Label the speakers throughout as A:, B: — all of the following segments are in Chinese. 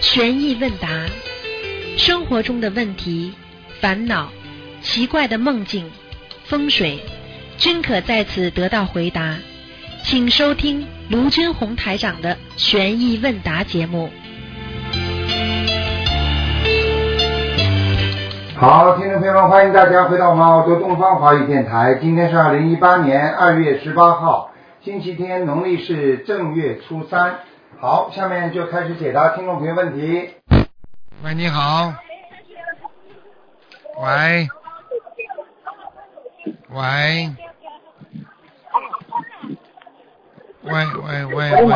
A: 悬疑问答，生活中的问题、烦恼、奇怪的梦境、风水，均可在此得到回答。请收听卢军红台长的悬疑问答节目。
B: 好，听众朋友们，欢迎大家回到我们澳洲东方华语电台。今天是二零一八年二月十八号，星期天，农历是正月初三。好，下面就开始解答听众朋友问题。喂，你好。喂。喂。喂喂喂喂喂喂喂。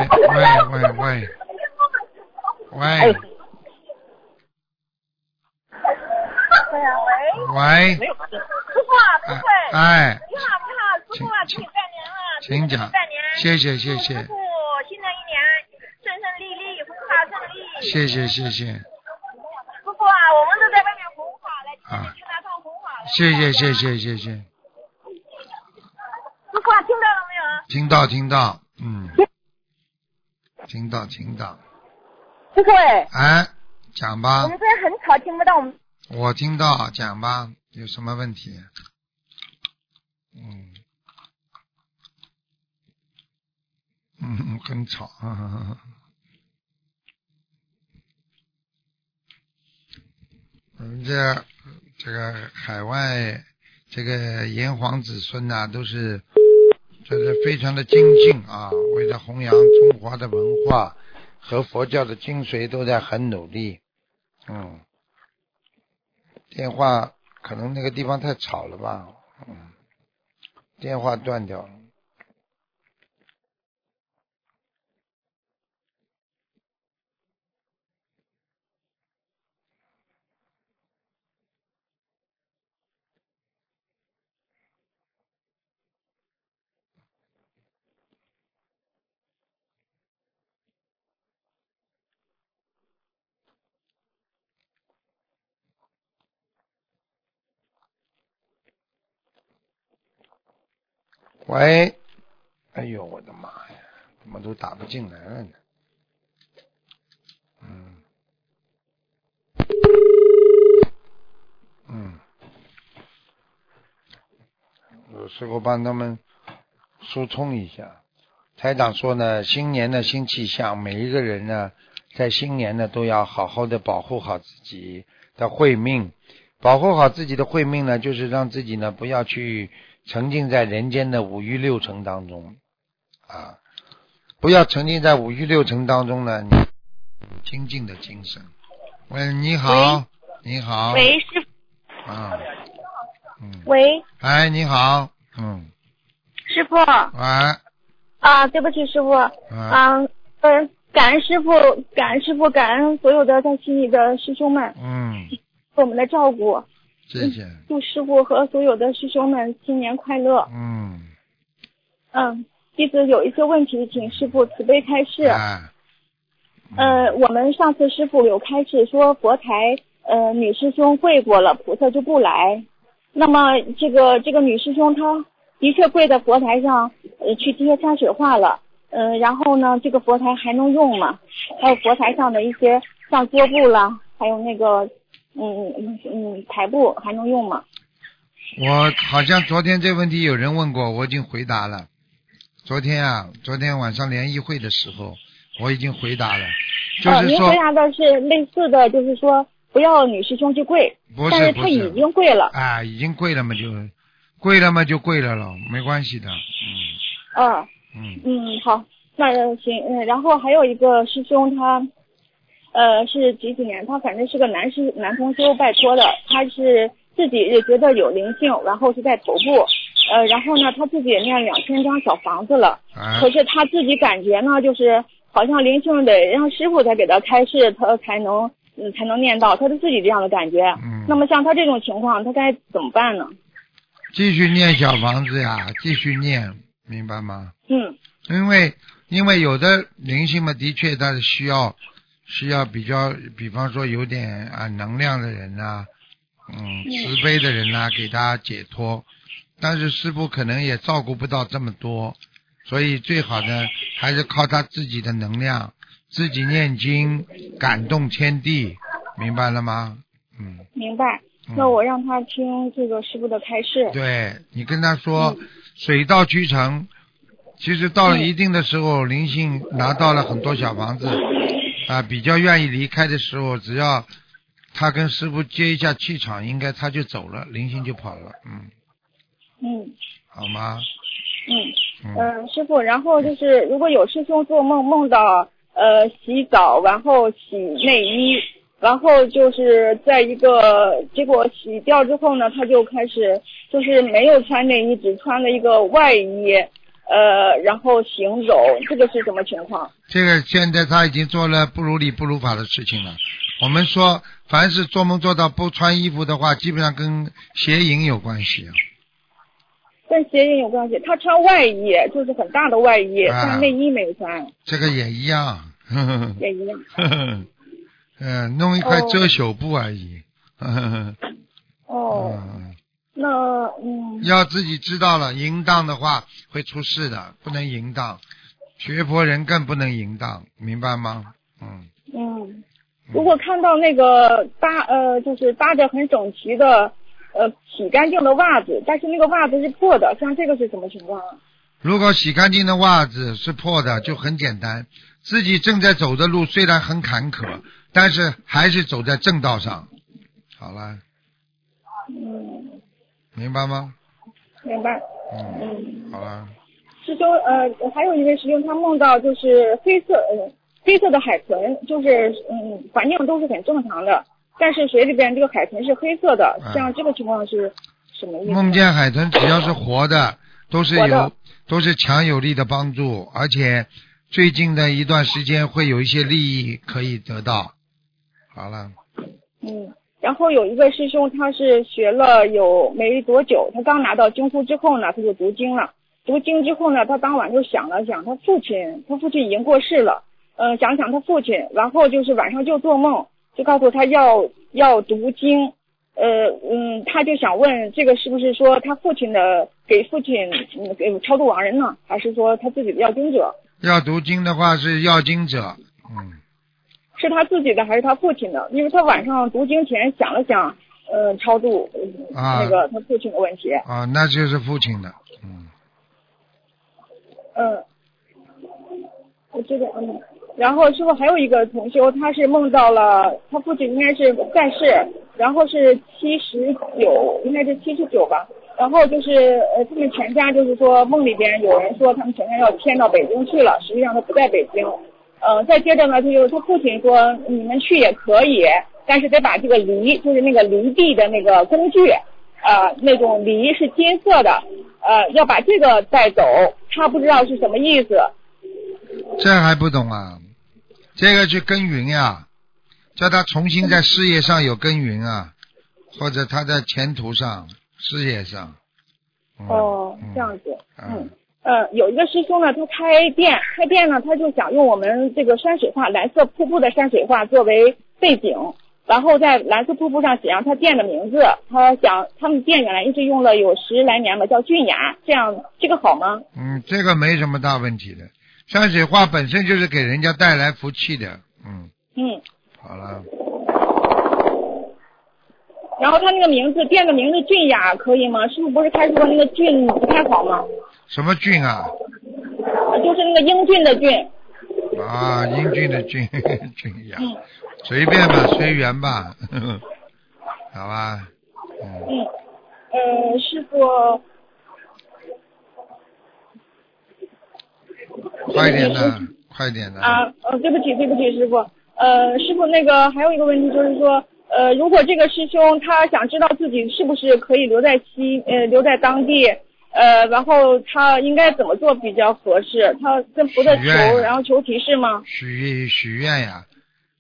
B: 喂。喂。
C: 没有师傅啊，不会。
B: 哎，
C: 你好，你好，师傅啊，祝你拜年了，
B: 请讲
C: 拜年。
B: 谢谢谢谢
C: 师傅，新的一年顺顺利利，风调正利。
B: 谢谢谢谢，
C: 师傅啊，我们都在外面红火了，今
B: 啊
C: 天去南方红火了。
B: 谢谢谢谢谢谢，
C: 师傅啊，听到了没有啊？
B: 听到听到，嗯，听到听到，
C: 师傅哎，
B: 哎，讲吧
C: 我，们这边很吵，听不到我们。
B: 我听到，讲吧，有什么问题？嗯，嗯，很 吵，呵呵呵我们这这个海外这个炎黄子孙呐、都是就是非常的精进啊，为了弘扬中华的文化和佛教的精髓，都在很努力。嗯，电话可能那个地方太吵了吧，嗯，电话断掉了。喂，哎呦我的妈呀，怎么都打不进来了呢？嗯，嗯，有时候帮他们疏通一下。台长说呢，新年的新气象，每一个人呢，在新年呢都要好好的保护好自己的慧命，保护好自己的慧命呢，就是让自己呢不要去沉浸在人间的五欲六尘当中啊，不要沉浸在五欲六尘当中呢，你精进的精神。喂，你好，你好，
C: 喂，师傅，
B: 啊，嗯，
C: 喂，
B: 哎，你好，嗯，
C: 师傅
B: 喂，
C: 啊，对不起，师傅。
B: 啊，
C: 啊，嗯，感恩师傅，感恩师傅，感恩所有的在心里的师兄们
B: 嗯，
C: 对我们的照顾。
B: 谢谢，
C: 祝师傅和所有的师兄们新年快乐。
B: 嗯，
C: 嗯，弟子有一些问题，请师傅慈悲开示。
B: 哎，
C: 呃，我们上次师傅有开示说佛台，呃，女师兄跪过了，菩萨就不来。那么这个这个女师兄她的确跪在佛台上，呃，去接山水画了。呃，然后呢，这个佛台还能用吗？还有佛台上的一些像桌布啦，还有那个嗯嗯嗯台布还能用吗？
B: 我好像昨天这个问题有人问过，我已经回答了。昨天啊，昨天晚上联谊会的时候，我已经回答了，就
C: 呃，
B: 是
C: 您
B: 说、
C: 回答的是类似的，就是说不要女师兄去跪，
B: 不
C: 但
B: 是
C: 是
B: 不
C: 她
B: 是
C: 已经跪了。
B: 啊，已经跪了嘛就跪了嘛就跪了咯，没关系的，
C: 嗯、
B: 嗯嗯
C: 嗯，好，那行，嗯，然后还有一个师兄他，呃，是几几年？他反正是个男师男同修拜托的，他是自己也觉得有灵性，然后是在头部，呃，然后呢他自己也念两千张小房子了，
B: 啊
C: 可是他自己感觉呢，就是好像灵性得让师傅才给他开示，他才能嗯才能念到，他是自己这样的感觉。
B: 嗯
C: 那么像他这种情况，他该怎么办呢？
B: 继续念小房子呀，继续念，明白吗？
C: 嗯
B: 因为因为有的灵性嘛，的确它是需要需要比较，比方说有点啊能量的人呐、嗯，慈悲的人呐、给他解脱。但是师傅可能也照顾不到这么多，所以最好呢还是靠他自己的能量，自己念经，感动天地，明白了吗？嗯，
C: 明白。那我让他听这个师傅的开示。
B: 对你跟他说，水到渠成。其实到了一定的时候，灵性拿到了很多小房子，啊，比较愿意离开的时候，只要他跟师傅接一下气场，应该他就走了，灵性就跑了，嗯，
C: 嗯
B: 好吗？
C: 嗯嗯、呃，师傅，然后就是如果有师兄做梦梦到呃洗澡，然后洗内衣，然后就是在一个结果洗掉之后呢，他就开始就是没有穿内衣，只穿了一个外衣。呃，然后行走，这个是什么情况？
B: 这个现在他已经做了不如理不如法的事情了。我们说，凡是做梦做到不穿衣服的话，基本上跟邪淫有关系啊。
C: 跟鞋也有关系，他穿外衣，就是很大的外衣，
B: 啊
C: 但内衣没有穿，
B: 这个也一样，呵呵呵
C: 也一样。
B: 呵呵， 呃，弄一块遮羞布而已。呵呵 呵
C: 哦，
B: 嗯，
C: 那嗯，
B: 要自己知道了，淫荡的话会出事的，不能淫荡。学佛人更不能淫荡，明白吗？嗯。
C: 嗯，如果看到那个搭呃，就是搭着很整齐的呃洗干净的袜子，但是那个袜子是破的，像这个是什么情况啊？
B: 如果洗干净的袜子是破的，就很简单。自己正在走的路虽然很坎坷，但是还是走在正道上。好了，
C: 嗯，
B: 明白吗？
C: 明白。
B: 嗯，
C: 嗯，
B: 好了。
C: 师兄呃，还有一位师兄他梦到就是黑色呃黑色的海豚，就是嗯环境都是很正常的，但是水里边这个海豚是黑色的
B: 嗯，
C: 像这个情况是什么意思？
B: 梦见海豚只要是活的，都是
C: 活的
B: 有都是强有力的帮助，而且最近的一段时间会有一些利益可以得到。好了，
C: 嗯，然后有一个师兄，他是学了有没多久，他刚拿到经书之后呢，他就读经了。读经之后呢，他当晚就想了想他父亲，他父亲已经过世了，呃，想想他父亲，然后就是晚上就做梦，就告诉他要要读经，呃，嗯，他就想问这个是不是说他父亲的给父亲嗯给超度亡人呢，还是说他自己的要经者？
B: 要读经的话是要经者，嗯，
C: 是他自己的还是他父亲的？因为他晚上读经前想了想，呃，超度、呃
B: 啊
C: 那个他父亲的问题。
B: 啊，那就是父亲的，嗯，
C: 嗯，我这个嗯，然后师傅还有一个同修，他是梦到了他父亲应该是在世，然后是七十九，应该是七十九吧。然后就是呃，他们全家就是说梦里边有人说他们全家要迁到北京去了，实际上他不在北京。呃，再接着呢，就是他父亲说你们去也可以，但是得把这个犁，就是那个犁地的那个工具，呃，那种梨是金色的，呃，要把这个带走，他不知道是什么意思。
B: 这还不懂啊？这个去耕耘呀、叫他重新在事业上有耕耘啊，或者他在前途上、事业上。嗯、
C: 哦
B: 嗯，
C: 这样子，
B: 嗯
C: 嗯。呃，有一个师兄呢，他开店，开店呢，他就想用我们这个山水画，蓝色瀑布的山水画作为背景，然后在蓝色瀑布上写上他店的名字。他想，他们店原来一直用了有十来年吧，叫俊雅，这样这个好吗？
B: 嗯，这个没什么大问题的。山水画本身就是给人家带来福气的。嗯，
C: 嗯，
B: 好了，
C: 然后他那个名字，店的名字俊雅可以吗？师傅不是开始说那个俊不太好吗？呃
B: 什么俊啊？
C: 就是那个英俊的俊，
B: 啊，英俊的 俊，俊呀，
C: 嗯
B: 随便吧，随缘吧， 呵呵好吧。嗯，
C: 嗯，呃，师傅，
B: 快点的，快点的。
C: 嗯啊，呃，对不起，对不起，师傅。呃，师傅，那个还有一个问题就是说，呃，如果这个师兄他想知道自己是不是可以留在西，呃，留在当地，呃，然后他应该怎么做比较合适？他跟菩萨
B: 许愿
C: 求，然后求提示吗？
B: 许许愿呀，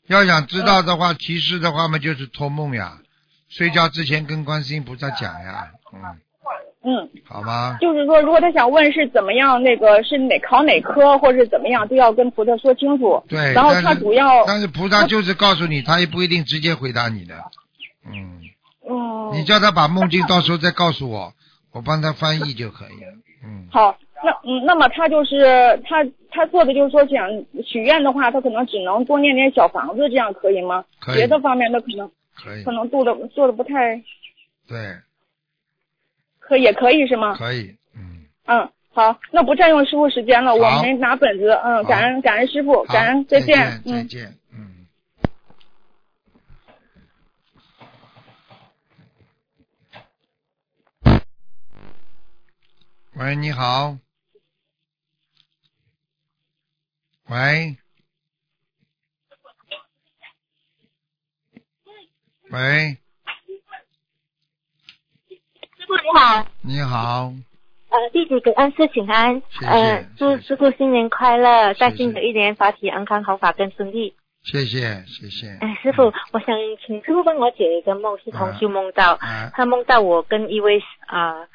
B: 要想知道的话，提示的话嘛，就是托梦呀，睡觉之前跟观世音菩萨讲呀，嗯，
C: 嗯，
B: 好吗？
C: 就是说，如果他想问是怎么样，那个是哪考哪科或者是怎么样，都要跟菩萨说清楚。
B: 对，
C: 然后
B: 哎但
C: 他
B: 是
C: 主要，
B: 但是菩萨就是告诉
C: 哦
B: 你，他也不一定直接回答你的，嗯，
C: 嗯，
B: 你叫他把梦境到时候再告诉我，我帮他翻译就可以了，嗯，
C: 好，那嗯，那么他就是他他做的就是说想许愿的话，他可能只能多念点小房子，这样可以吗？
B: 可以
C: 别的方面的可能
B: 可以
C: 可，能做的做的不太
B: 对，
C: 可也可以是吗？
B: 可以，嗯，
C: 嗯，好，那不占用师傅时间了，我
B: 好
C: 们拿本子，嗯，
B: 好
C: 感恩感恩师傅，
B: 好
C: 感恩，
B: 再
C: 见，
B: 再
C: 嗯。
B: 见，嗯。嗯喂，你好。喂。喂，
D: 师傅你好，
B: 你好，
D: 呃，弟子给恩师请安，
B: 谢谢
D: 呃，祝
B: 谢谢
D: 师傅新年快乐，在新的
B: 谢
D: 一年法体安康，好法更顺利。
B: 谢谢谢谢。嗯
D: 哎、师傅，我想请师傅帮我解一个梦，是同修梦到，
B: 啊，
D: 他梦到我跟一位啊。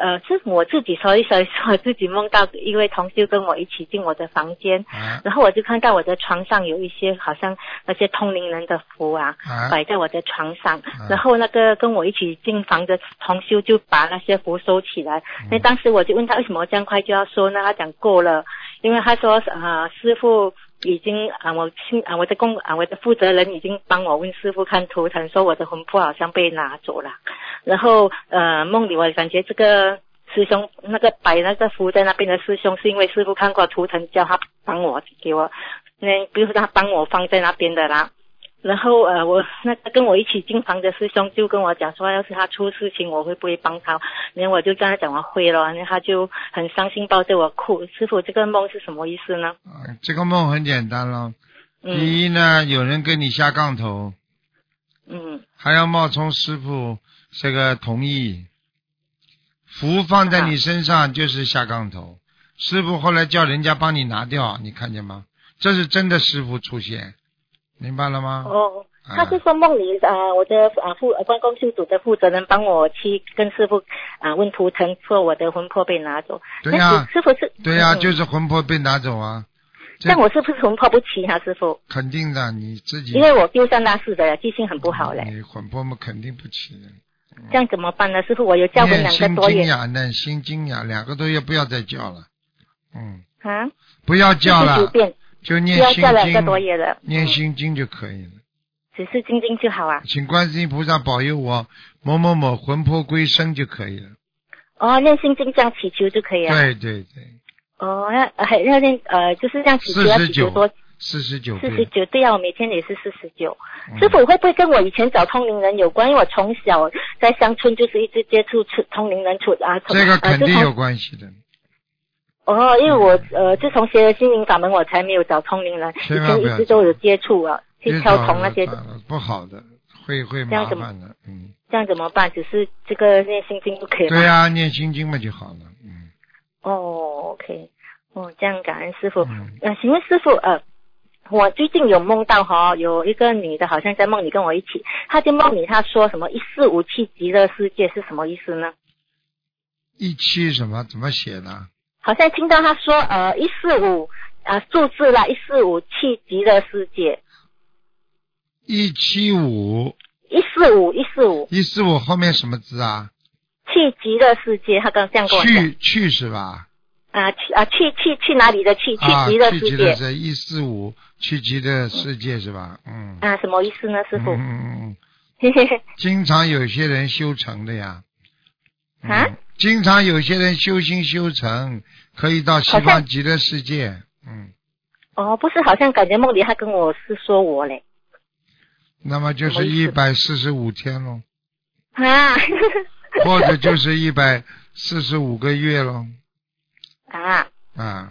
D: 呃，是我自己所以所以是我自己梦到一位同修跟我一起进我的房间，
B: 啊
D: 然后我就看到我的床上有一些好像那些通灵人的符啊，
B: 啊
D: 摆在我的床上，
B: 嗯
D: 然后那个跟我一起进房的同修就把那些符收起来。那、当时我就问他为什么这样快就要收呢？他讲够了，因为他说啊、呃师傅已经啊、我亲啊、我的工啊、我的负责人已经帮我问师傅看图腾，说我的魂魄好像被拿走了。然后呃梦里我感觉这个。师兄，那个摆那个符在那边的师兄，是因为师傅看过图腾，叫他帮我给我，那比如说他帮我放在那边的啦。然后呃，我那个跟我一起进房的师兄就跟我讲说，要是他出事情，我会不会帮他？然后我就跟他讲我会了，然后他就很伤心抱着我哭。师傅，这个梦是什么意思呢？
B: 啊这个梦很简单了。
D: 嗯
B: 第一呢，有人跟你下杠头，
D: 嗯
B: 还要冒充师傅这个同意。符放在你身上就是下杠头，师傅后来叫人家帮你拿掉，你看见吗？这是真的师傅出现，明白了吗？
D: 哦，
B: 啊
D: 他是说梦里啊、呃我的啊负呃关公修组的负责人帮我去跟师傅啊、问图腾，说我的魂魄被拿走。
B: 对呀、
D: 那师师傅是
B: 对呀、
D: 嗯
B: 就是魂魄被拿走啊。这
D: 但我是不是魂魄不齐啊，师傅？
B: 肯定的，你自己
D: 因为我丢三落四的，记性很不好嘞。
B: 你魂魄嘛肯定不起的。
D: 这样怎么办呢？师傅，我有叫过
B: 嗯念
D: 两个
B: 心
D: 多
B: 经
D: 月
B: 呀，念心经呀，两个多月不要再叫了，嗯，
D: 啊，
B: 不要叫
D: 四十九
B: 了，
D: 遍。
B: 就
D: 不
B: 念
D: 要
B: 心
D: 叫两个多
B: 经，
D: 月了，
B: 念心经就可以了。
D: 只是晶晶就好啊。
B: 请观世音菩萨保佑我某某某魂魄归生就可以了。
D: 哦，念心经这样祈求就可以啊。
B: 对对对，
D: 哦，那呃还要念呃，就是这样祈求要祈求
B: 49
D: 多
B: 四十九
D: 四十
B: 遍。
D: 九，对啊，我每天也是四十九。
B: 嗯
D: 师傅会不会跟我以前找通灵人有关？因为我从小在乡村就是一直接触出通灵人出啊，从
B: 这个
D: 呃
B: 肯
D: 自
B: 定
D: 从
B: 有关系的，
D: 哦，因为我呃自从学了心灵法门，我才没有找通灵人，以
B: 千万
D: 前
B: 不
D: 一
B: 要
D: 直都有接触啊，去
B: 别
D: 敲
B: 找
D: 铜那
B: 了
D: 些，
B: 找了不好的，会会
D: 这样
B: 麻
D: 怎么
B: 烦的。嗯，
D: 这样怎么办？只是这个念心经不可以吗？
B: 对呀、念心经嘛就好了。嗯，
D: 哦，OK，哦，这样感恩师傅。
B: 嗯
D: 呃，请问师傅，呃，我最近有梦到哈、有一个女的，好像在梦里跟我一起，她在梦里她说什么一四五七极乐世界是什么意思呢？
B: 一期什么怎么写的？
D: 好像听到她说呃一四五啊数字啦一四五七极乐世界
B: 一七五
D: 一四五一四五
B: 一四五后面什么字啊？
D: 去极乐世界，她刚这样跟我讲
B: 去去是吧？
D: 啊去啊去去去哪里的去去
B: 啊，
D: 极乐
B: 去极
D: 世
B: 乐
D: 界
B: 世一四五去极乐世界是吧？嗯，
D: 啊什么意思呢，师
B: 嗯
D: 傅？
B: 嗯嗯嗯。
D: 嘿嘿嘿，
B: 经常有些人修成的呀。嗯
D: 啊？
B: 经常有些人修心修成，可以到西
D: 好
B: 方
D: 像
B: 极乐世界。嗯，
D: 哦不是，好像感觉梦里她跟我是说我嘞
B: 那么就
D: 什么
B: 是一
D: 意思
B: 百四十五天 喽，
D: 啊。
B: 或者就是一百四十五个月喽。
D: 啊，
B: 啊，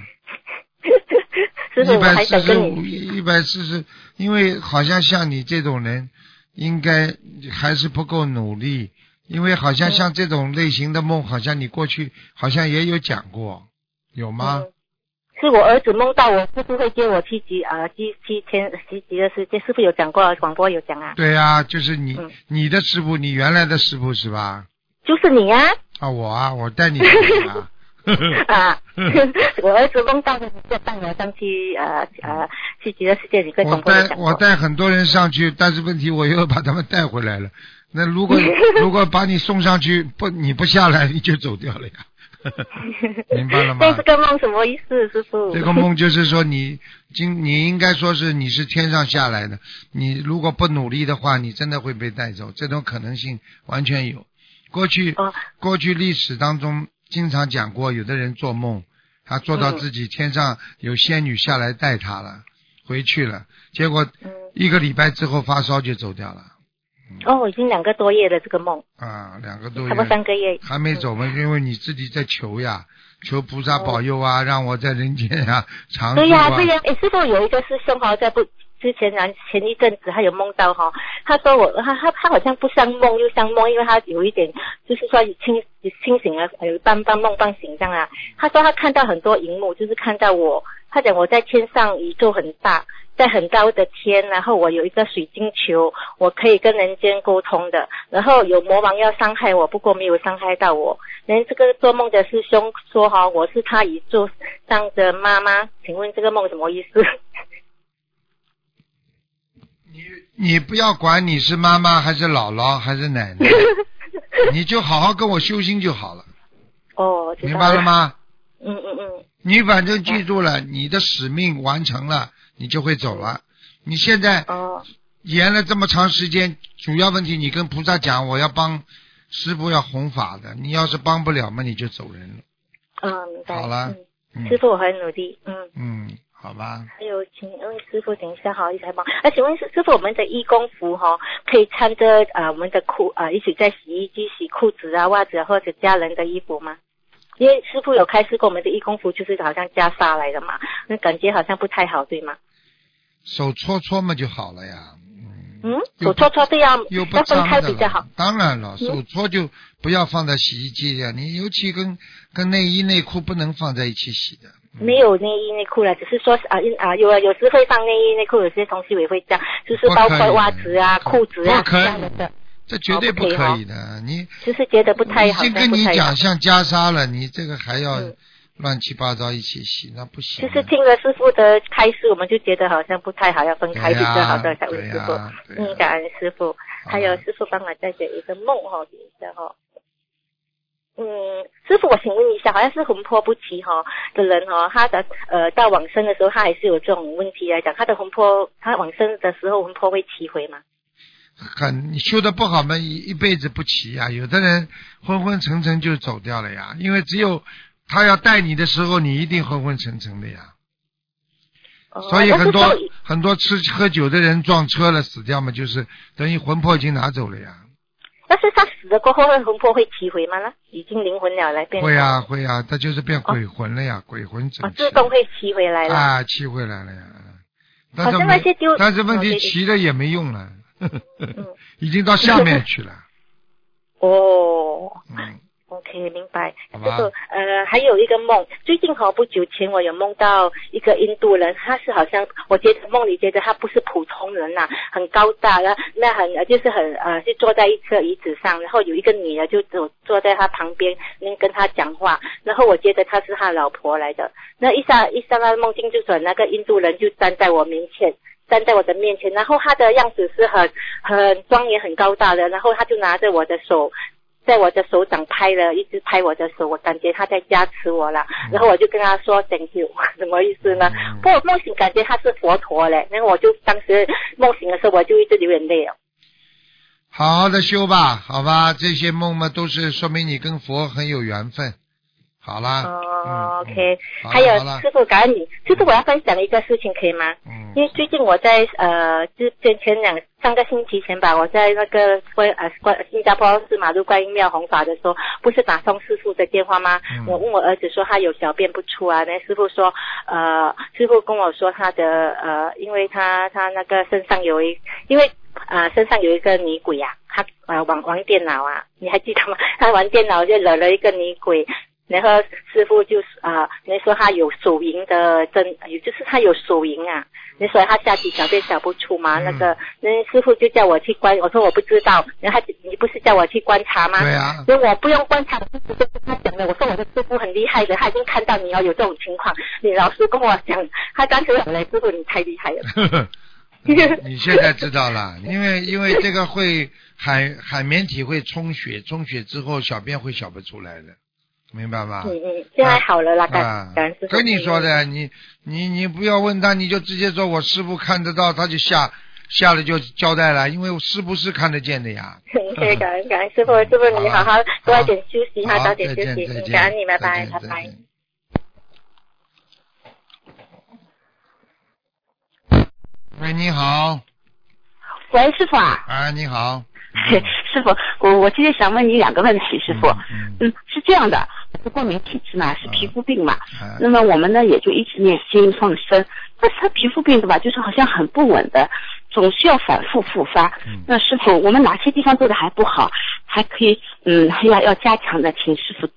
D: 师傅，
B: 一
D: 我
B: 百
D: 还
B: 四
D: 想
B: 十
D: 跟
B: 五，
D: 你，
B: 一百四十，因为好像像你这种人，应该还是不够努力，因为好
D: 嗯
B: 像像这种类型的梦，好像你过去好像也有讲过，有吗？
D: 嗯是我儿子梦到我师傅会接我去极啊去去天去极乐世界，师傅有讲过，广播有讲啊，
B: 对呀、就是你、
D: 嗯
B: 你的师傅，你原来的师傅是吧？
D: 就是你啊
B: 啊，我啊，我带 你去啊。
D: 啊， 我儿子梦到你就带我上去呃呃去极乐世界，你跟
B: 我
D: 广播有
B: 带
D: 讲
B: 我
D: 过。
B: 带很多人上去，但是问题我又把他们带回 来了。那如果如果把你送上去不你不下来，你就走掉了呀。 明白了吗？
D: 那这个梦什么意思，师傅？
B: 这个梦就是说你今你应该说是你是天上下来的，你如果不努力的话，你真的会被带走，这种可能性完全有。过去、
D: 哦
B: 过去历史当中经常讲过，有的人做梦，他做
D: 嗯
B: 到自己天上有仙女下来带他了，回去了，结果一个礼拜之后发烧就走掉了
D: 嗯哦，已经两个多月了，这个梦，
B: 啊，两个多
D: 差不多
B: 月。
D: 三个月。
B: 还没走嘛，因为你自己在求呀，求菩萨保佑啊，让我在人间呀、长
D: 对
B: 住
D: 呀、
B: 啊。
D: 对呀、诶，师傅有一个师兄哈，在不之前啊，前一阵子他有梦到哈，他说我他他他好像不像梦又像梦，因为他有一点就是说清清醒了，有半半梦半醒这样啊。他说他看到很多荧幕，就是看到我，他讲我在天上宇宙很大，在很高的天，然后我有一个水晶球，我可以跟人间沟通的，然后有魔王要伤害我，不过没有伤害到我。连这个做梦的师兄说哈，我是他宇宙上的妈妈，请问这个梦什么意思？
B: 你不要管你是妈妈还是姥姥还是奶奶，你就好好跟我修心就好了，
D: 哦，知道
B: 明白了？吗？
D: 嗯嗯嗯，
B: 你反正记住了，你的使命完成了，你就会走了。你现在
D: 哦
B: 延了这么长时间，主要问题你跟菩萨讲，我要帮师傅要弘法的，你要是帮不了嘛，你就走人了。
D: 嗯，明白。
B: 好了
D: 嗯
B: 嗯
D: 师傅，我很努力。嗯，
B: 嗯，好吧，
D: 还有，请问师傅，等一下好，一起来忙。哎，请问师师傅，我们的义工服哈、可以穿着呃我们的裤呃一起在洗衣机洗裤子啊、袜子啊或者家人的衣服吗？因为师傅有开示过，我们的义工服就是好像袈裟来的嘛，那感觉好像不太好，对吗？
B: 手搓搓嘛就好了呀。
D: 嗯，
B: 又不
D: 手搓搓对呀，
B: 又不
D: 要分
B: 脏
D: 开
B: 的
D: 比较好嗯
B: 了。。当然了，手搓就不要放在洗衣机里，啊你尤其跟跟内衣内裤不能放在一起洗的。
D: 没有内衣内裤了，只是说啊，因啊有啊，有时会放内衣内裤，有些东西我也会这样，就是
B: 不
D: 包
B: 可以
D: 括袜子啊、
B: 不
D: 裤子啊
B: 不
D: 这
B: 可以
D: 样的，
B: 这绝对不可以
D: 哦
B: 的，你
D: 就是觉得啊不太
B: 已
D: 好，
B: 经跟
D: 不
B: 你
D: 太好
B: 讲像袈裟了，你这个还要
D: 嗯
B: 乱七八糟一起洗，那不行啊
D: 就
B: 的。
D: 是听了师傅的开示，我们就觉得好像不太好，要分开
B: 哎对
D: 比
B: 呀
D: 较好的。感恩
B: 对
D: 师
B: 呀
D: 傅，
B: 对呀
D: 嗯，感恩师傅。
B: 好啊
D: 还有
B: 了
D: 师傅帮我再解一个梦哈，等一下哈。嗯，师傅，我请问一下，好像是魂魄不齐哈的人哈，他的呃到往生的时候，他还是有这种问题来啊讲，他的魂魄，他往生的时候魂魄会齐回吗？
B: 很你修的不好嘛，一一辈子不齐呀、有的人昏昏沉沉就走掉了呀，因为只有他要带你的时候，你一定昏昏沉沉的呀。
D: 哦
B: 所以
D: 那是
B: 很多
D: 说
B: 很多吃喝酒的人撞车了死掉嘛，就是等于魂魄已经拿走了呀。
D: 但是他死了过后，魂魄会提回吗？呢，已经灵魂了来变
B: 会啊呀、会呀、他就是变鬼魂了呀，鬼魂整
D: 啊，
B: 齐
D: 哦自动会提回来了。
B: 啊，气回来了呀。但是
D: 好像
B: 没
D: 那些丢
B: 但是问
D: 哦对
B: 题
D: 对嗯
B: 齐了也没用了， 已经到下面去 了。
D: 哦
B: 嗯，
D: ，OK，明白。
B: 好
D: 师
B: 吧
D: 傅，呃，还有一个梦，最近好不久前我有梦到一个印度人，他是好像我觉得梦里觉得他不是普通人呐、很高大了，那很呃就是很呃就坐在一个椅子上，然后有一个女的就坐坐在他旁边，能跟他讲话，然后我觉得他是他老婆来的，那一下一下那梦境就转，那个印度人就站在我面前。站在我的面前，然后他的样子是很很庄严、很高大的，然后他就拿着我的手，在我的手掌拍了一直拍我的手，我感觉他在加持我了，然后我就跟他说 thank you，什么意思呢？
B: 嗯
D: 不过我梦醒感觉他是佛陀嘞，然后我就当时梦醒的时候我就一直流眼泪了。
B: 好好的修吧，好吧，这些梦嘛都是说明你跟佛很有缘分。好啦。
D: 哦、
B: 啊嗯
D: OK，
B: 好了
D: 还有
B: 好了
D: 师傅感恩你，师傅我要分享一个事情可以吗？
B: 嗯
D: 因为最近我在呃，之前前两上个星期前吧，我在那个关呃关新加坡是马路观音庙弘法的时候，不是打通师傅的电话吗？
B: 嗯
D: 我问我儿子说他有小便不出啊，那师傅说呃，师傅跟我说他的呃，因为他他那个身上有一因为。呃，身上有一个女鬼呀、啊，他呃玩玩电脑啊，你还记得吗？他玩电脑就惹了一个女鬼，然后师傅就是啊，那说他有手淫的真，也就是他有手淫啊，你说他下体小便小不出嘛？
B: 嗯
D: 那个那师傅就叫我去观，我说我不知道，然后他你不是叫我去观察吗？
B: 对啊呀、
D: 所以我不用观察，我就跟他讲了。我说我的师傅很厉害的，他已经看到你要有这种情况，你老师跟我讲，他当时有来师傅你太厉害了。
B: 哦你现在知道了，因为因为这个会海海绵体会充血，充血之后小便会小不出来的。明白吗？
E: 嗯嗯，现在好了啦，
B: 啊
E: 感感恩师，傅。
B: 跟你说的，你你你不要问他，你就直接说我师傅看得到，他就下下了就交代了，因为我师傅是看得见的呀。
E: 嗯， 对，感恩感恩师傅，师傅你好好多一点休息哈，
B: 好，
E: 早
B: 再
E: 点休
B: 见
E: 息
B: 再，见，
E: 感恩你，拜拜，
B: 再
E: 拜
B: 见
E: 拜。。
B: 再见喂，你好，
D: 喂，师傅啊，
B: 啊，你好，
D: 师傅，我我今天想问你两个问题，师傅。
B: 嗯，
D: 嗯，是这样的，是过敏体质嘛，是皮肤病嘛。
B: 嗯啊
D: 那么我们呢，也就一直念经放生，但是他皮肤病的吧，就是好像很不稳的，总是要反复复发。
B: 嗯
D: 那师傅，我们哪些地方做的还不好，还可以嗯，要要加强的，请师傅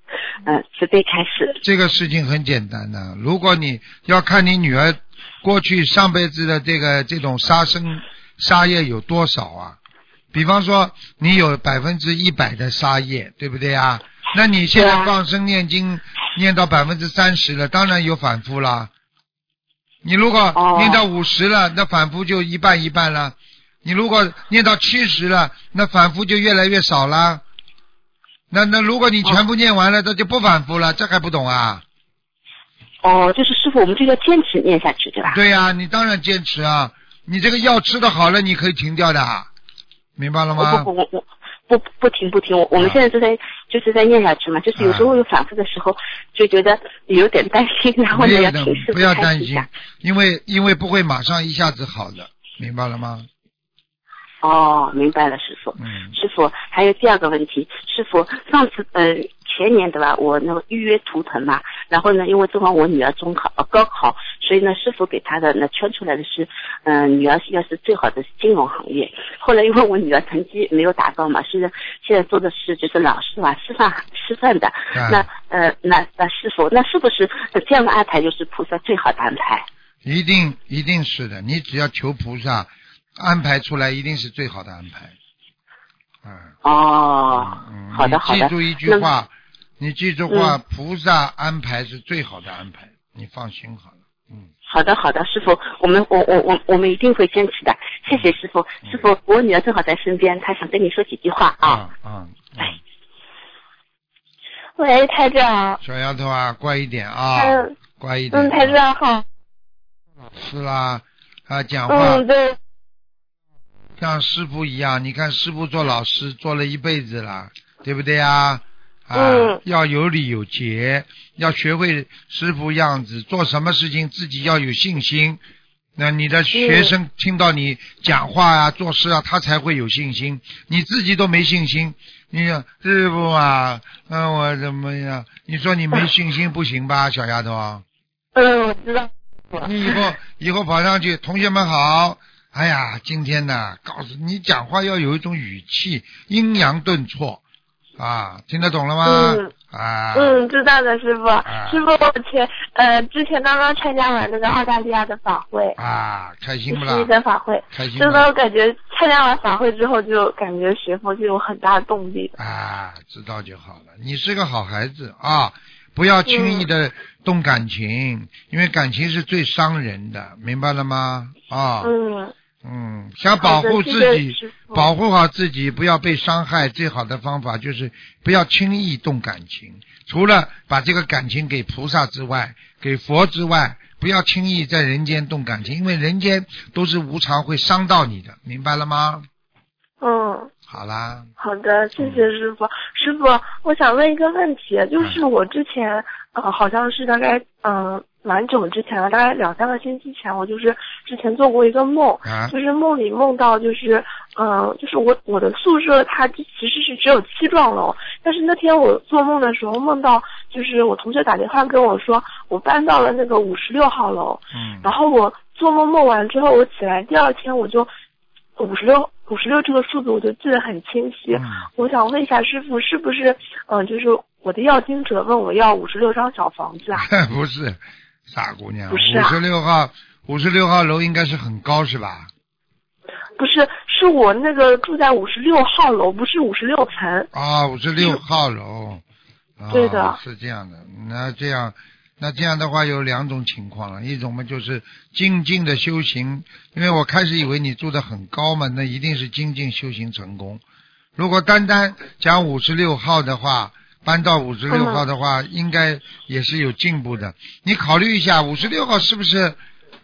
D: 嗯、呃慈悲开示。
B: 这个事情很简单的，如果你要看你女儿过去上辈子的这个这种杀生杀业有多少啊？比方说你有百分之一百的杀业，对不对啊？那你现
D: 对
B: 在
D: 啊
B: 放生念经念到百分之三十了，当然有反复啦。你如果
D: 哦
B: 念到五十了，那反复就一半一半了；你如果念到七十了，那反复就越来越少啦。那那如果你全部念完了，那就不反复了，这还不懂啊？
D: 哦，就是师傅，我们就要坚持念下去，对吧？
B: 对呀、你当然坚持啊！你这个药吃的好了，你可以停掉的，明白了
D: 我
B: 吗
D: 哦
B: 啊
D: 不？不我我不不停不停，我我们现在就在、就是在念下去嘛，就是有时候有反复的时候，就觉得有点担心，然后
B: 没
D: 呢
B: 有
D: 要
B: 的
D: 请师，
B: 不
D: 傅
B: 要
D: 开
B: 担
D: 示一
B: 心
D: 下。，
B: 因为因为不会马上一下子好的，明白了吗？
D: 哦，明白了，师傅。
B: 嗯
D: 师傅，还有第二个问题，师傅，上次呃前年对吧，我那个预约图腾嘛，然后呢，因为正好我女儿中考、呃、高考，所以呢，师傅给她的那圈出来的是，嗯、女儿要是最好的是金融行业。后来因为我女儿成绩没有达到嘛，现在现在做的是就是老师嘛，师范师范的。
B: 嗯
D: 那呃，那那师傅，那是不是呃这样的安排就是菩萨最好的安排？
B: 一定一定是的，你只要求菩萨安排出来，一定是最好的安排。嗯，
D: 哦，
B: 嗯
D: 好的好
B: 你
D: 的
B: 记。住一句
D: 那嗯么
B: 话，你记住话，菩萨安排是最好的安排，你放心好了。嗯，
D: 好的，好的，师傅，我们我我我我们一定会坚持的，谢谢师傅。师傅，我女儿正好在身边，她想跟你说几句话
B: 啊
D: 啊。
B: 啊，嗯嗯
D: 哎
C: 喂，台长。
B: 小丫头啊，乖一点啊，
C: 嗯
B: 乖一点啊。
C: 嗯，台长好。
B: 是啦，啊，讲话、
C: 嗯，对，
B: 像师傅一样，你看师傅做老师做了一辈子了，对不对呀？啊，
C: 嗯
B: 要有理有节，要学会师傅样子，做什么事情自己要有信心。那你的学生听到你讲话啊、做事啊，他才会有信心。你自己都没信心，你说师傅啊，那、我怎么样？你说你没信心不行吧，小丫头？啊
C: 嗯，我知道。
B: 你以后以后跑上去，同学们好。哎呀，今天呢，告诉你讲话要有一种语气，阴阳顿挫啊，听得懂了吗？
C: 嗯
B: 啊，
C: 嗯，知道的，师傅
B: 啊。
C: 师傅，我前呃之前刚刚参加完那个澳大利亚的法会，
B: 啊，开
C: 十
B: 心不
C: 一
B: 啦？
C: 的法会，
B: 开心
C: 真
B: 不啦
C: 的我感觉参加完法会之后，就感觉学佛就有很大动力。
B: 啊，知道就好了。你是个好孩子啊，不要轻易的动感情，因为感情是最伤人的，明白了吗？啊，
C: 嗯，
B: 嗯，想保护自
C: 好的谢
B: 己
C: 谢师，傅
B: 保护好自己，不要被伤害。最好的方法就是不要轻易动感情。除了把这个感情给菩萨之外，给佛之外，不要轻易在人间动感情，因为人间都是无常，会伤到你的，明白了吗？
C: 嗯，
B: 好啦，
C: 好的，谢谢师傅。师傅，我想问一个问题，就是我之前呃好像是大概嗯、呃蛮久之前了，大概两三个星期前，我就是之前做过一个梦，
B: 啊
C: 就是梦里梦到，就是，嗯、就是我我的宿舍它其实是只有七幢楼，但是那天我做梦的时候梦到，就是我同学打电话跟我说，我搬到了那个五十六号楼，
B: 嗯
C: 然后我做梦梦完之后，我起来第二天我就五十六五十六这个数字我就记得很清晰，
B: 嗯，
C: 我想问一下师傅，是不是，嗯、就是我的要经者问我要五十六张小房子啊？
B: 嗯 不是，傻姑娘，
C: 不是啊
B: 五十六号，五十六号楼应该是很高是吧？
C: 不是，是我那个住在五十六号楼，不是五十六层。
B: 啊，五十六号楼。啊、
C: 对的
B: 是这样的。那这样，那这样的话有两种情况啊了，一种嘛就是精进的修行，因为我开始以为你住的很高嘛，那一定是精进修行成功。如果单单讲五十六号的话，搬到五十六
C: 嗯
B: 号的话，应该也是有进步的。你考虑一下，五十六号是不是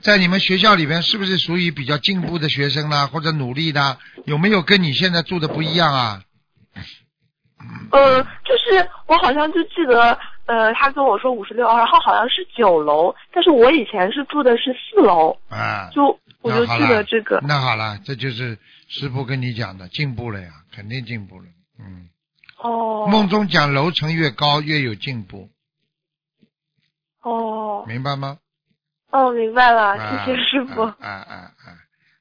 B: 在你们学校里边是不是属于比较进步的学生啦，或者努力的？有没有跟你现在住的不一样啊？
C: 呃，就是我好像就记得，呃，他跟我说五十六，然后好像是九楼，但是我以前是住的是四楼，
B: 啊，
C: 就我就
B: 那好
C: 记
B: 了
C: 得这个。
B: 那好了，这就是师傅跟你讲的，进步了呀，肯定进步了。嗯，
C: 哦
B: 梦中讲楼层越高越有进步，
C: 哦
B: 明白吗？
C: 哦，明白了，
B: 啊
C: 谢谢师傅。
B: 啊啊啊啊！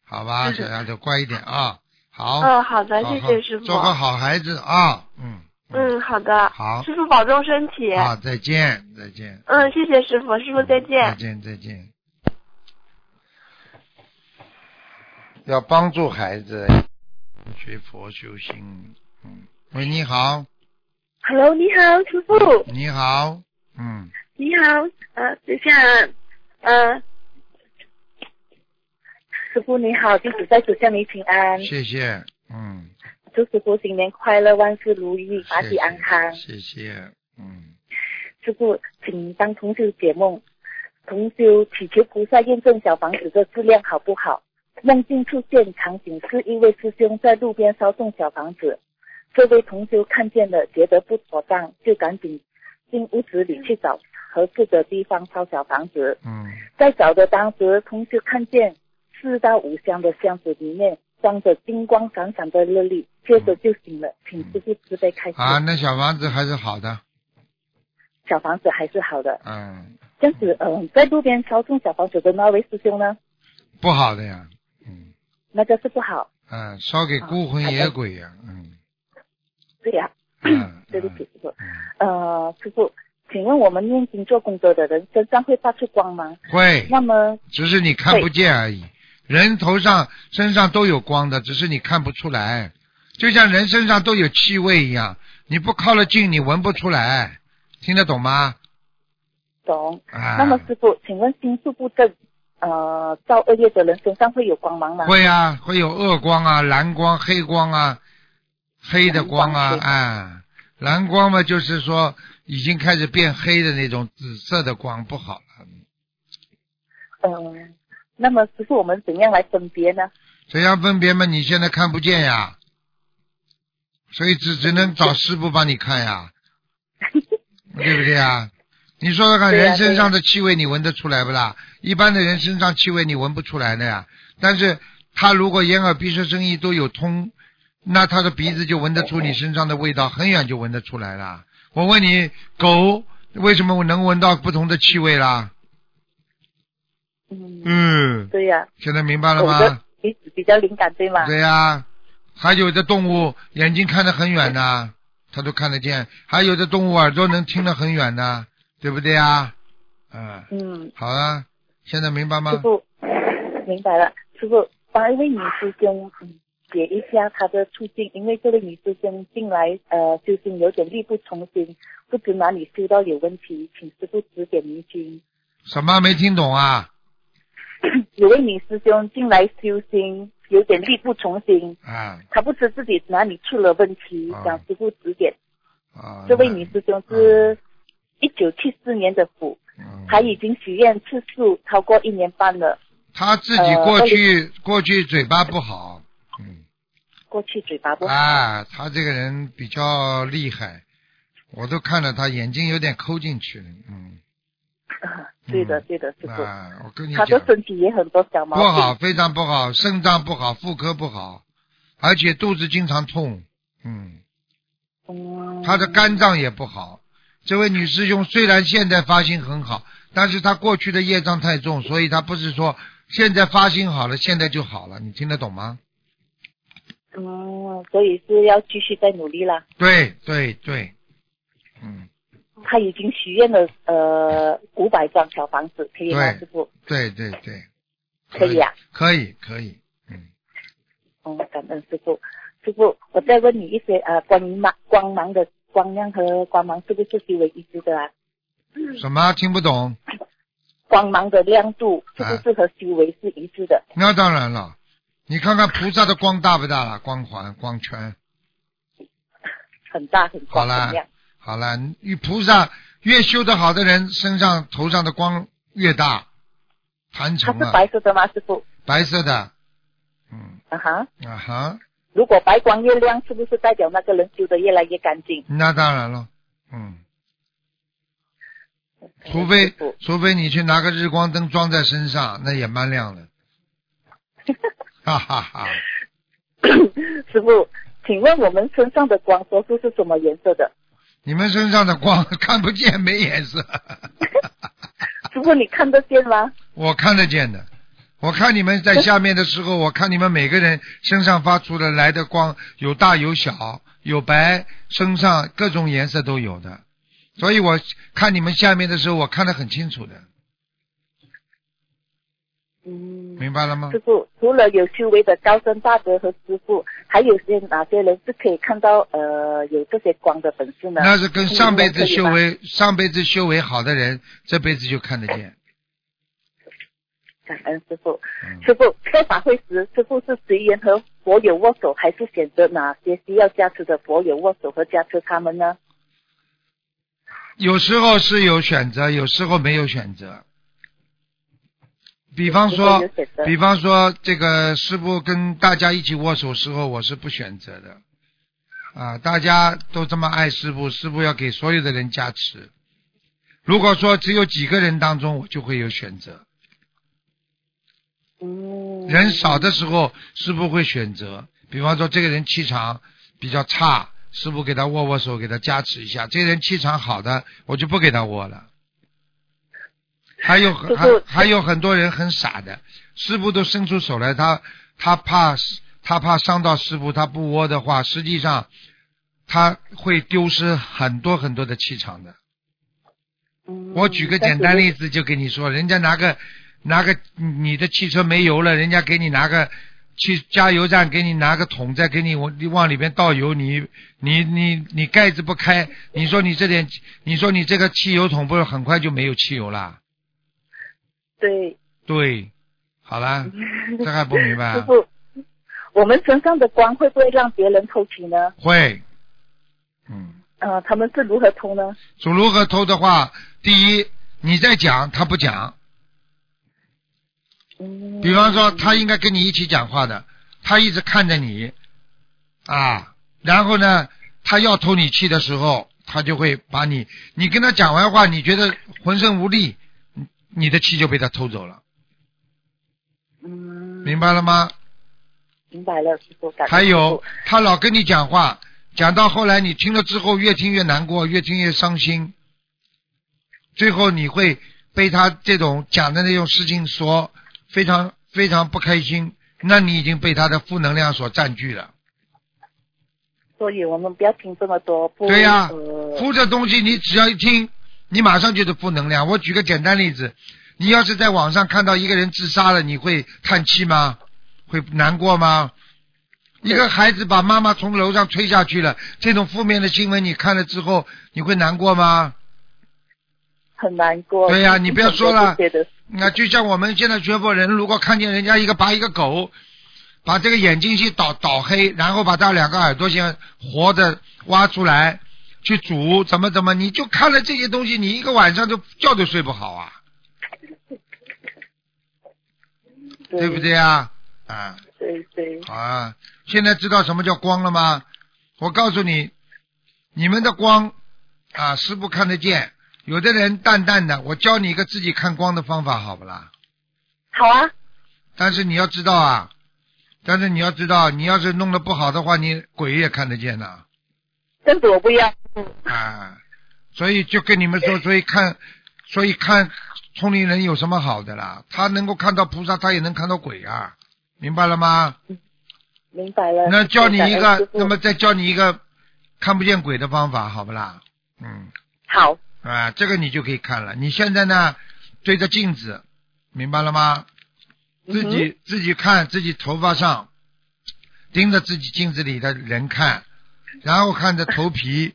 B: 好吧，小丫头乖一点啊。好，
C: 嗯，好的，
B: 好
C: 谢
B: 好
C: 谢师傅
B: 做。个好孩子啊。嗯，
C: 嗯，好的。
B: 好
C: 师傅保重身体。
B: 啊，再见，再见。嗯
C: 嗯，谢谢师傅，师傅再见。
B: 再见，再见。要帮助孩子学佛修心。嗯，喂，你好，
D: Hello，你好，师傅，
B: 你好，嗯，
D: 你好，呃，等一下，呃，师傅你好，弟子在此向你请安，
B: 谢谢，嗯，
D: 祝师傅新年快乐，万事如意，法
B: 谢
D: 体
B: 谢
D: 安康。
B: 谢谢，嗯，
D: 师傅，请帮同修解梦，同修祈求菩萨验证小房子的质量好不好。梦境出现场景是一位师兄在路边烧送小房子，这位同修看见了，觉得不妥当，就赶紧进屋子里去找合适的地方烧小房子。
B: 嗯，
D: 在找的当时，同学看见四到五箱的箱子里面装着金光闪闪的热力，接着就醒了。请师傅慈悲开示。
B: 啊，那小房子还是好的，
D: 小房子还是好的。
B: 嗯，
D: 这样子，嗯、在路边操纵小房子的那位师兄呢，
B: 不好的呀，嗯
D: 那个是不好。
B: 嗯，烧给孤魂野鬼呀，嗯，
D: 对呀、
B: 嗯
D: 哦 对不起，师傅。
B: 嗯
D: 呃，师傅，请问我们念经做功德的人身上会发出光吗？
B: 会，
D: 那么，
B: 只是你看不见而已。人头上、身上都有光的，只是你看不出来。就像人身上都有气味一样，你不靠了近，你闻不出来。听得懂吗？
D: 懂。
B: 啊，
D: 那么，师傅，请问心术不正，呃，造恶业的人身上会有光芒吗？
B: 会啊，会有恶光啊、蓝光、黑光啊、黑的光啊，
D: 蓝光黑
B: 啊，蓝光嘛，就是说已经开始变黑的那种紫色的光，不好了。
D: 嗯，那么师傅，我们怎样来分别呢？
B: 怎样分别嘛？你现在看不见呀，所以
D: 嗯
B: 只只能找师傅帮你看 呀，对不对呀？你说说看，
D: 对呀
B: 人身上的气味你闻得出来不啦？一般的人身上气味你闻不出来的呀。但是他如果眼耳鼻舌身意都有通，那他的鼻子就闻得出你身上的味道，很远就闻得出来了。我问你，狗为什么能闻到不同的气味啦？
D: 嗯，
B: 嗯，
D: 对呀、
B: 现在明白了
D: 狗
B: 吗？
D: 的鼻子比较灵感，对吗？
B: 对呀、还有的动物眼睛看得很远呐，它都看得见；还有的动物耳朵能听得很远呐，对不对呀？嗯，
D: 嗯，
B: 好了，现在明白
D: 师
B: 吗？
D: 傅明白了。师傅帮一位女师兄嗯解一下她的处境，因为这位女师兄近来呃修行有点力不从心，不知哪里修到有问题，请师傅指点迷津。
B: 什么没听懂啊？
D: 有位女师兄近来修心有点力不从心，
B: 啊
D: 她不知自己哪里出了问题
B: 啊，
D: 想师傅指点。
B: 啊！
D: 这位女师兄是一九七四年的虎，
B: 嗯，
D: 她已经许愿次数超过一年半了，
B: 他自己
D: 呃
B: 过去、过去嘴巴不好，嗯，
D: 过去嘴巴不好。
B: 啊，他这个人比较厉害，我都看着他眼睛有点抠进去了，嗯，
D: 对的
B: 嗯，
D: 对的，师傅，
B: 啊，我跟你
D: 她
B: 讲，
D: 的身体也很多小毛
B: 不好，
D: 病。
B: 非常不好，肾脏不好，妇科不好，而且肚子经常痛。嗯，
D: 嗯，
B: 她的肝脏也不好。这位女师兄虽然现在发心很好，但是她过去的业障太重，所以她不是说现在发心好了，现在就好了。你听得懂吗？
D: 嗯，所以是要继续再努力啦。
B: 对对对，嗯，
D: 她已经许愿了呃五百张小房子，可以吗，
B: 对
D: 师傅？
B: 对对对，
D: 可以啊。
B: 可以可以，嗯，
D: 嗯，感恩师傅。师傅，我再问你一些呃关于芒光芒的光亮和光芒是不是虚为一致的啊？
B: 什么听不懂？
D: 光芒的亮度是
B: 啊
D: 不是和修为是一致的？
B: 那当然了，你看看菩萨的光大不大了？光环光圈。
D: 很大很
B: 好
D: 光
B: 啦
D: 很亮。
B: 好了，与菩萨越修得好的人，身上头上的光越大，坛
F: 它
B: 城
F: 是
B: 啊，
F: 白色的吗，师傅？
B: 白色的，嗯
F: 啊哈，
B: 啊哈，
F: 如果白光越亮，是不是代表那个人修的越来越干净？
B: 那当然了，嗯，除非
F: 嗯师傅
B: 除非你去拿个日光灯装在身上，那也蛮 亮的，哈哈哈，
F: 师傅，请问我们身上的光多数是什么颜色的？
B: 你们身上的光 看不见，没颜色，啊
F: 师傅，你看得见吗？
B: 我看得见的。我看你们在下面的时候，我看你们每个人身上发出的来的光有大有小，有白，身上各种颜色都有的，所以我看你们下面的时候，我看得很清楚的，
F: 嗯，
B: 明白了吗？
F: 师傅，除了有修为的高僧大德和师傅，还有些哪些人是可以看到呃有这些光的本事呢？
B: 那是跟上辈子
F: 嗯。可
B: 修
F: 以吗
B: 为上辈子修为好的人，这辈子就看得见。
F: 感恩师傅。
B: 嗯
F: 师傅，开法会时，师傅是随缘和佛友握手，还是选择哪些需要加持的佛友握手和加持他们呢？
B: 有时候是有选择，有时候没有选择。比方
F: 有时候
B: 说
F: 有选，择
B: 比方说，这个师傅跟大家一起握手时候，我是不选择的。啊，大家都这么爱师傅，师傅要给所有的人加持。如果说只有几个人当中，我就会有选择。
F: 嗯，
B: 人少的时候，师傅会选择，比方说这个人气场比较差，师傅给他握握手，给他加持一下；这个人气场好的，我就不给他握了。还有很
F: 师
B: 还
F: 父
B: 还有很多人很傻的，师傅都伸出手来，他他怕他怕伤到师傅，他不握的话，实际上他会丢失很多很多的气场的。
F: 嗯
B: 我举个简单例子就跟你说，人家拿个拿个你的汽车没油了，人家给你拿个去加油站给你拿个桶，再给你往往里边倒油，你你你你盖子不开，你说你这点，你说你这个汽油桶不是很快就没有汽油啦？
F: 对，
B: 对，好啦，这还不明白、
F: 师
B: 啊？
F: 傅，我们身上的光会不会让别人偷取呢？
B: 会，嗯，
F: 呃，他们是如何偷呢？
B: 主如何偷的话，第一你在讲，他不讲，
F: 嗯，
B: 比方说，他应该跟你一起讲话的，他一直看着你，啊，然后呢，他要透你气的时候，他就会把你，你跟他讲完话，你觉得浑身无力，你你的气就被他偷走了，
F: 嗯，
B: 明白了吗？
F: 明白了，师傅，感恩
B: 还
F: 师
B: 有
F: 父，
B: 他老跟你讲话，讲到后来你听了之后越听越难过，越听越伤心，最后你会被他这种讲的那种事情所非常非常不开心，那你已经被他的负能量所占据了。
F: 所以我们不要听这么多，
C: 嗯
F: 不
B: 对呀
F: 呃
B: 负这东西你只要一听，你马上就是负能量。我举个简单例子，你要是在网上看到一个人自杀了，你会叹气吗？会难过吗？一个孩子把妈妈从楼上推下去了，这种负面的新闻你看了之后，你会难过吗？
F: 很难过。
B: 对呀你不要说了
F: 觉得
B: 那就像我们现在学佛人，如果看见人家一个把一个狗，把这个眼睛去捣捣黑，然后把它两个耳朵先活着挖出来去煮，怎么怎么，你就看了这些东西，你一个晚上都觉都睡不好啊，对不？对啊？啊，
F: 对对，
B: 好啊！现在知道什么叫光了吗？我告诉你，你们的光啊，师傅看得见，有的人淡淡的，我教你一个自己看光的方法，好不啦？
F: 好啊，
B: 但是你要知道啊，但是你要知道，你要是弄得不好的话，你鬼也看得见呐
F: 这样子我不要。嗯，
B: 啊所以就跟你们说，所以看，所以看通灵人有什么好的啦？他能够看到菩萨，他也能看到鬼啊，明白了吗？
F: 明白
D: 嗯
F: 了。
B: 那教你一
F: 感恩师
B: 个，
F: 父
B: 那么再教你一个看不见鬼的方法，好不啦？嗯，
F: 好，
B: 啊，这个你就可以看了。你现在呢，对着镜子，明白了吗？自己、自己看自己头发上，盯着自己镜子里的人看，然后看着头皮，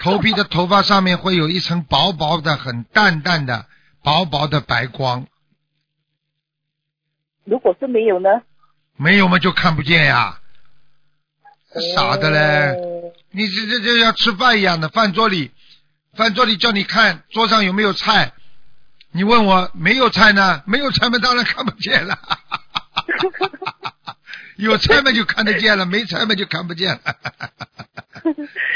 B: 头皮的头发上面会有一层薄薄的、很淡淡的、薄薄的白光，
F: 如果是没有呢？
B: 没有嘛就看不见呀，傻的嘞。
F: 嗯
B: 你这这这要吃饭一样的，饭桌里，饭桌里叫你看桌上有没有菜，你问我没有菜呢？没有菜嘛，当然看不见了。 有菜嘛就看得见了，没菜嘛就看不见了，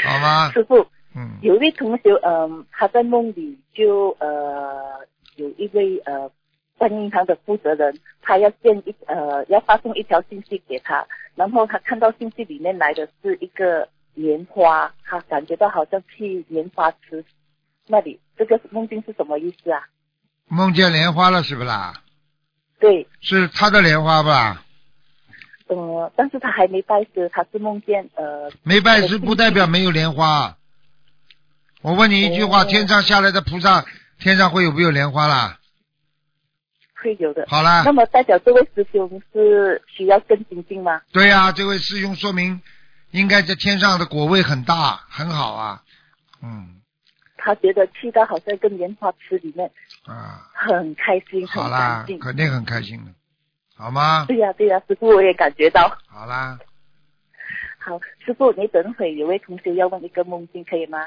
B: 好吗？
D: 师傅，
B: 嗯，
D: 有一位同学，嗯、他在梦里就呃有一位呃办银行的负责人，他要建一呃要发送一条信息给他，然后他看到信息里面来的是一个莲花，他感觉到好像去莲花池那里，这个梦境是什么意思啊？
B: 梦见莲花了是不啦？
D: 对，
B: 是他的莲花吧？
D: 呃，但是他还没拜师，他是梦见呃
B: 没拜师不代表没有莲花。我问你一句话：
D: 哦
B: 天上下来的菩萨，天上会有没有莲花啦？
D: 会有的。
B: 好啦
D: 那，么代表这位师兄是需要更精进吗？
B: 对呀、这位师兄说明应该在天上的果位很大，很好啊。嗯
D: 他觉得去到好像跟莲花池里面
B: 啊，
D: 很开心，很
B: 好啦
D: 干净，。
B: 肯定很开心的，好吗？
D: 对呀、对呀、师傅我也感觉到。
B: 好啦，
D: 好，师傅你等会有位同学要问一个梦境，可以吗？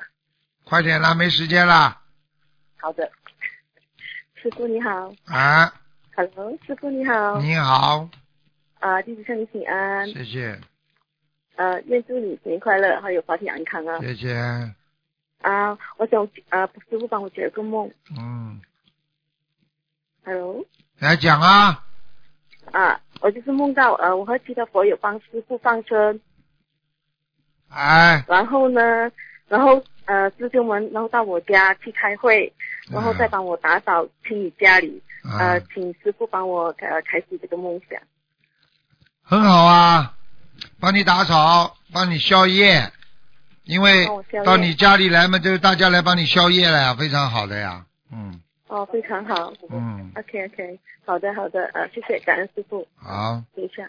B: 快点啦，没时间啦
D: 好的，
C: 师傅你好
B: 啊！
C: ，Hello，师傅你好，
B: 你好，
C: 啊，弟子向你请安，
B: 谢谢，
C: 呃，愿祝你新年快乐，还有法体安康啊！
B: 谢谢，
C: 啊，我想啊，师傅帮我解个梦
B: 嗯，
C: ，Hello，
B: 来讲啊，
C: 啊，我就是梦到呃，我和其他佛友帮师傅放生，
B: 哎，
C: 然后呢，然后呃，师兄们然后到我家去开会，然后
B: 嗯
C: 再帮我打扫清理家里，
B: 啊
C: 呃，，请师傅帮我呃开始这个梦想。
B: 很好啊，帮你打扫，帮你消业，因为
C: 帮我消业
B: 到你家里来嘛，就是大家来帮你消业了呀，非常好的呀，嗯
C: 哦，非常好。
B: 嗯，
C: OK OK，好的好的，呃，谢谢，感恩师傅，
B: 好。
C: 等一下。